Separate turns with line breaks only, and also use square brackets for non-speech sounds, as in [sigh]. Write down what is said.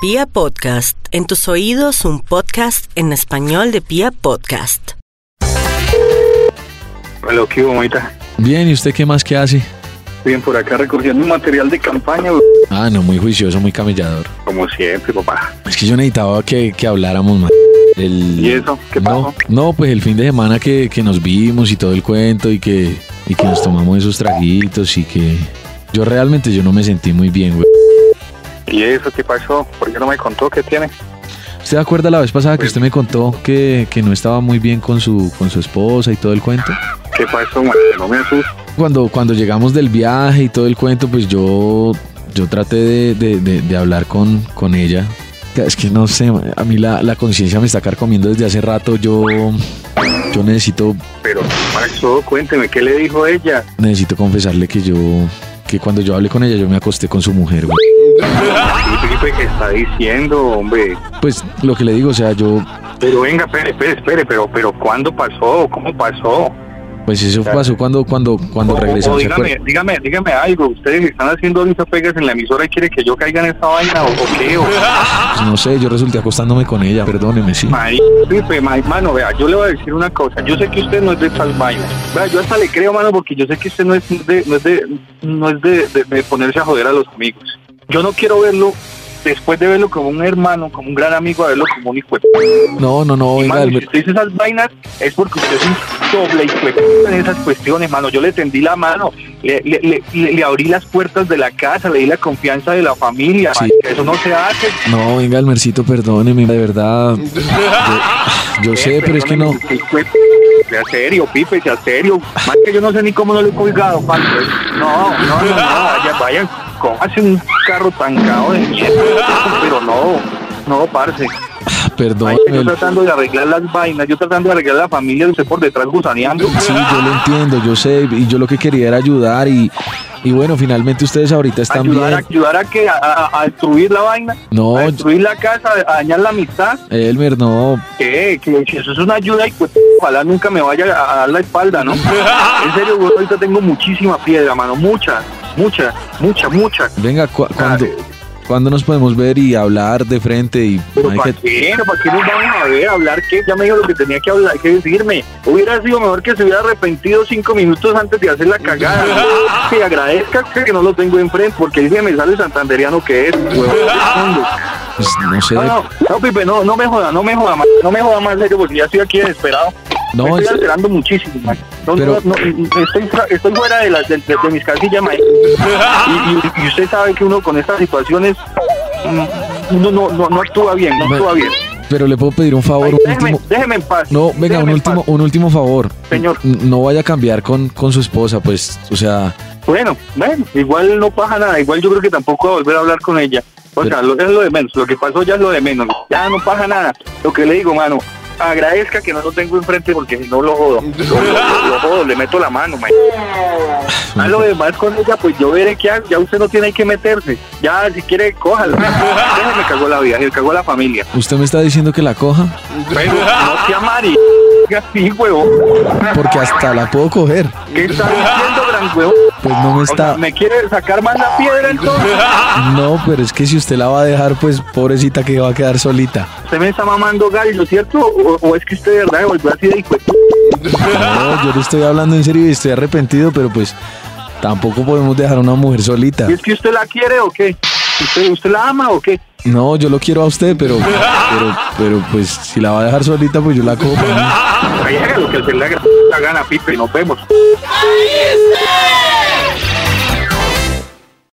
Pia Podcast, en tus oídos un podcast en español de Pia Podcast.
Lo que hubo, mamita.
Bien, ¿y usted qué más que hace?
Bien, por acá recogiendo un material de campaña, bro.
Ah, no, muy juicioso, muy camellador.
como siempre, papá.
Es que yo necesitaba que, que habláramos más. El...
¿Y eso? ¿Qué
Mm, No,
pasó?
no, pues el fin de semana que, que nos vimos y todo el cuento y que, y que nos tomamos esos traguitos y que... Yo realmente yo no me sentí muy bien, güey.
¿Y eso qué pasó? ¿Por qué no me contó qué tiene?
¿Usted acuerda la vez pasada
Pues
que usted me contó que, que no estaba muy bien con su, con su esposa y todo el cuento?
¿Qué pasó, man? No me asustes.
Cuando, cuando llegamos del viaje y todo el cuento, pues yo, yo traté de, de- de- de hablar con, con ella. Es que no sé, a mí la, la conciencia me está carcomiendo desde hace rato. Yo, yo necesito,
Pero, ¿qué pasó? Cuénteme, ¿qué le dijo ella?
necesito confesarle que yo, que cuando yo hablé con ella, yo me acosté con su mujer, güey.
pues, ¿Qué fue que está diciendo, hombre?
Pues lo que le digo, o sea, yo,
Pero venga, espere, espere, espere, pero, pero ¿cuándo pasó? ¿Cómo pasó?
pues eso pasó cuando, cuando, cuando
O- o- o
regresamos. ¿se
dígame,
acuerda?
dígame, dígame algo. ¿Ustedes están haciendo ahorita pegas en la emisora y quiere que yo caiga en esta vaina o, o qué? O-
Pues no sé, yo resulté acostándome con ella, perdóneme, sí.
Mari- Pipe, ma- mano, vea, yo le voy a decir una cosa. Yo sé que usted no es de estas vainas. Vea, yo hasta le creo, mano, porque yo sé que usted no es de, no es de, no es de, de- de ponerse a joder a los amigos. Yo no quiero verlo, después de verlo como un hermano, como un gran amigo, a verlo como un hijo de p-
No, no, no, venga,
Mano, si
Albert.
usted dice esas vainas, es porque usted es un doble hijo de p- en esas cuestiones, mano. Yo le tendí la mano, le, le- le- le- le abrí las puertas de la casa, le di la confianza de la familia.
Sí.
marica, Eso no se hace.
No, venga, Almercito, perdóneme, de
[laughs]
verdad. Yo, yo
Eh,
sé, pero es que no.
Sea serio, Pipe, sea serio. Más que yo no sé ni cómo no lo he colgado, parce. No, no, no, no, vayan, vayan, cójase un carro tancado de mierda. Pero no, no, parce. Ay, yo
Perdóneme.
tratando de arreglar las vainas, yo tratando de arreglar la familia, usted por detrás gusaneando.
Sí, yo lo entiendo, yo sé. Y yo lo que quería era ayudar. Y, y bueno, finalmente ustedes ahorita están
Ayudar, a-
bien.
ayudar a que a, a- a destruir la vaina,
No,
a destruir la casa, a dañar la amistad,
Elmer, no.
que eso es una ayuda y pues ojalá nunca me vaya a a dar la espalda, ¿no? En serio, güey, ahorita tengo muchísima piedra, mano, mucha, mucha, mucha, mucha.
Venga, cu- ¿cuándo,
Dale.
cuándo nos podemos ver y hablar de frente? Y
Pero
hay
¿para
que-
qué? ¿Pero ¿Para qué nos vamos a ver? ¿A ¿Hablar qué? Ya me dijo lo que tenía que hablar, que decirme. Hubiera sido mejor que se hubiera arrepentido cinco minutos antes de hacer la cagada. ¿no? Que agradezca que no lo tengo enfrente, porque ahí se me sale el santanderiano que es, huevón, qué mundo.
pues, no sé.
No, no, no, Pipe, no, no me joda, no me joda más, no me joda más, en serio, porque ya estoy aquí desesperado.
No,
me
es-
estoy alterando muchísimo, man. No,
Pero-
no, no, estoy, fra- estoy fuera de, las, de, de- de mis casillas, man. Y, y- y usted sabe que uno con estas situaciones mm, uno no, no, no actúa bien, no
Ma-
actúa bien.
Pero le puedo pedir un favor,
Ay,
un
déjeme,
último.
déjeme en paz.
No, venga, un
déjeme en
último,
paz.
un último favor.
Señor.
N- No vaya a cambiar con, con su esposa, pues, o sea,
Bueno, bueno, igual no pasa nada, igual yo creo que tampoco voy a volver a hablar con ella. O sea, lo- es lo de menos, lo que pasó ya es lo de menos, ya no pasa nada. Lo que le digo, mano, agradezca que no lo tengo enfrente porque si no lo jodo, lo, lo- lo jodo, le meto la mano, man. A lo demás con ella, pues yo veré qué hago, ya usted no tiene que meterse, ya si quiere, cójalo. Déjeme cagó la vida, se cagó la familia.
usted me está diciendo que la coja.
Pero no sea mari, así, huevón.
Porque hasta la puedo coger.
¿Qué está diciendo, gran huevón?
Pues no me
O sea,
está.
¿me quiere sacar más la piedra entonces?
No, pero es que si usted la va a dejar, pues pobrecita que va a quedar solita.
Usted me está mamando gallo, ¿cierto? O, o es que usted de verdad se volvió así de hijo de p-
No, yo le estoy hablando en serio y estoy arrepentido, pero pues tampoco podemos dejar a una mujer solita.
¿Y es que usted la quiere o qué? ¿Usted, usted la ama o qué?
No, yo lo quiero a usted, pero, pero, pero pues si la va a dejar solita, pues yo la cojo. para mí.
Ahí haga lo que se le haga la gana, Pipe, nos vemos.